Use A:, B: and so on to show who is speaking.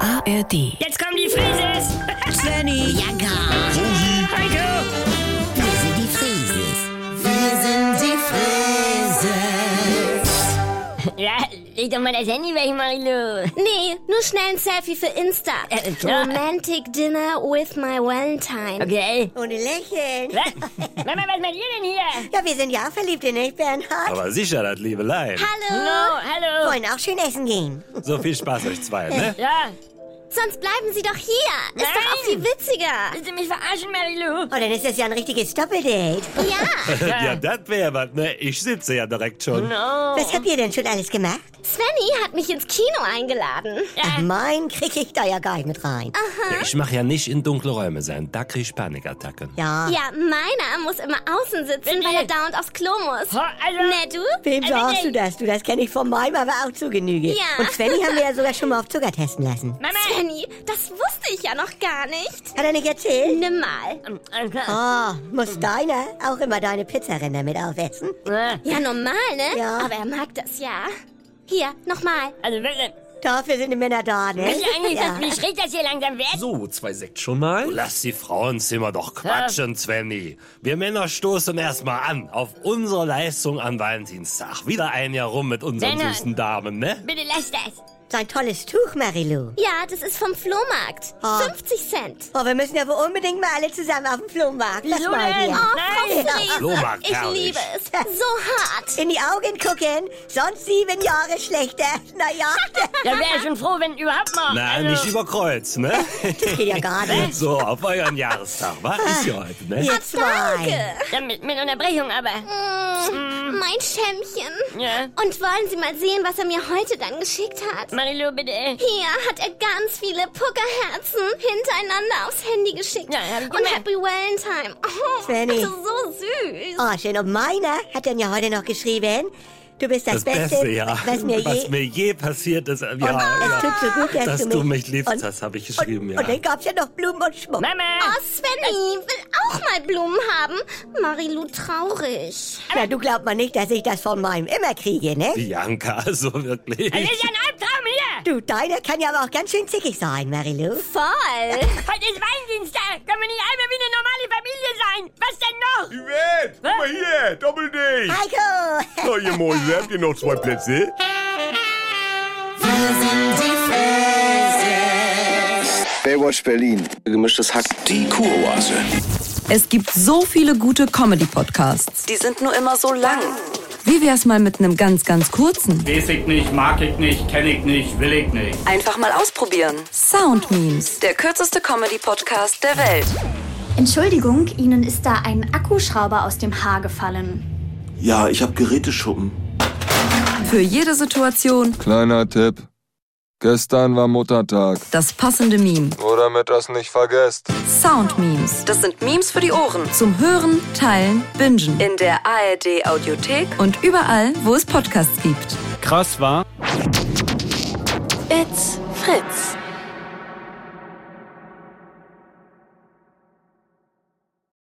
A: ARD.
B: Jetzt kommen die Frises!
C: Svenny,
D: Ja, gar.
B: Heiko!
D: Wir sind die Frieses. Wir sind die Frieses.
B: Ja, leg doch mal das Handy weg, Marilo.
E: Nee, nur schnell ein Selfie für Insta.
B: Äh, klar.
E: Romantic Dinner with my Valentine.
B: Okay.
C: ohne Lächeln.
B: Was? Mama, was macht ihr denn hier?
C: Ja, wir sind ja auch verliebt, nicht, Bernhard?
F: Aber sicher, das liebe Leid.
E: Hallo.
B: No, hallo.
C: Wollen auch schön essen gehen.
F: So viel Spaß euch zwei, ne?
B: Ja,
E: Sonst bleiben Sie doch hier. Ist doch auch
B: Nein.
E: viel witziger.
B: willst du mich verarschen, Marilo?
C: Oh, dann ist das ja ein richtiges Doppeldate.
E: Ja.
F: Ja, das wäre was, ne? Ich sitze ja direkt schon.
B: No.
C: Was habt ihr denn schon alles gemacht?
E: Svenny hat mich ins Kino eingeladen.
C: Ach, mein krieg ich da ja gar nicht mit rein.
F: Ja, ich mache ja nicht in dunkle Räume sein. Da krieg ich Panikattacken.
C: Ja.
E: Ja, meiner muss immer außen sitzen, weil er dauernd aufs Klo muss.
B: Ho, also,
E: Ne, du?
C: Wem
B: Also,
C: sagst
B: nee.
C: du das? Du, das kenne ich von meinem aber auch zu Genüge.
E: Ja.
C: Und Svenny haben wir ja sogar schon mal auf Zucker testen lassen.
B: Mama!
E: Svenny, das wusste ich ja noch gar nicht.
C: Hat er nicht erzählt?
E: Nimm mal.
B: Ähm, alles klar.
C: Oh, muss deiner auch immer deine Pizzaränder mit aufessen?
B: Ja,
E: Ja, normal, ne?
C: Ja.
E: Aber er mag das ja. Hier, nochmal.
B: Also wirklich,
C: Dafür sind die Männer da, ne?
B: wisst ihr eigentlich,
C: Ja.
B: wie schräg das hier langsam wird?
G: So, zwei Sekt schon mal.
F: Lass die Frauenzimmer doch quatschen, Svenny. Wir Männer stoßen erstmal an. Auf unsere Leistung an Valentinstag. Wieder ein Jahr rum mit unseren
B: Männer.
F: süßen Damen, ne?
B: Bitte lass das.
C: Sein tolles Tuch, Marilu.
E: Ja, das ist vom Flohmarkt.
C: Ah.
E: 50 Cent.
C: Oh, wir müssen ja wohl unbedingt mal alle zusammen auf den Flohmarkt. Lass
B: Wieso
C: mal
B: denn?
C: hier.
E: Oh, Frau
B: Nein.
E: Friese,
F: Flohmarkt,
E: ich
F: herrlich.
E: liebe es. So hart.
C: In die Augen gucken, sonst sieben Jahre schlechter. Naja,
B: Dann wäre ich schon froh, wenn überhaupt mal.
F: Na,
B: also,
F: nicht über Kreuz, ne?
C: das geht ja gar nicht.
F: so, auf euren Jahrestag, was? Ist ja heute, ne?
C: Jetzt mal.
E: Danke.
B: Dann mit, mit Unterbrechung aber.
E: Mm, mein Schämmchen.
B: Ja.
E: Und wollen Sie mal sehen, was er mir heute dann geschickt hat?
B: Marilo, bitte.
E: Hier hat er ganz viele Puckerherzen hintereinander aufs Handy geschickt.
B: Ja, hab ich
E: Und
B: gemerkt.
E: Happy Valentine. Oh,
C: Svenny.
E: das ist so süß.
C: Oh, schön. Und meiner hat dann ja heute noch geschrieben, du bist das,
F: Das Beste, ja.
C: was mir je...
F: je passiert ist, ja,
C: es tut
F: ja.
C: so gut, dass,
F: Dass du mich liebst,
C: Und-
F: das habe ich geschrieben,
C: und,
F: ja.
C: Und dann gab's ja noch Blumen und Schmuck.
B: Mama!
E: Oh, Svenny will auch mal Blumen haben. Marilu traurig.
C: Na, du glaubst mal nicht, dass ich das von meinem immer kriege, ne?
F: Bianca, also wirklich.
B: Das ist ja ein Albtraum hier!
C: Du, deiner kann ja aber auch ganz schön zickig sein, Marilu.
E: Voll.
B: Heute ist Valentinstag! Können wir nicht einmal wie eine normale Familie sein? Was denn noch?
H: Yvette, guck mal hier, doppel dich.
C: Heiko!
H: So, ihr Mäuse, habt ihr noch zwei Plätze?
D: Wir sind die Frieses.
I: Baywatch Berlin. Gemischtes Hack. Die Kuroase.
J: Es gibt so viele gute Comedy-Podcasts.
K: Die sind nur immer so lang.
J: Wie wär's mal mit einem ganz, ganz kurzen?
G: Weiß ich nicht, mag ich nicht, kenne ich nicht, will ich nicht.
K: Einfach mal ausprobieren.
J: Sound Memes.
K: Der kürzeste Comedy-Podcast der Welt.
E: Entschuldigung, Ihnen ist da ein Akkuschrauber aus dem Haar gefallen.
I: Ja, ich habe Geräteschuppen.
J: Für jede Situation
H: Kleiner Tipp. Gestern war Muttertag.
J: das passende Meme.
H: Nur damit das nicht vergesst.
J: Sound Memes.
K: Das sind Memes für die Ohren.
J: Zum Hören, Teilen, Bingen.
K: In der ARD-Audiothek.
J: Und überall, wo es Podcasts gibt.
G: Krass war.
K: It's Fritz.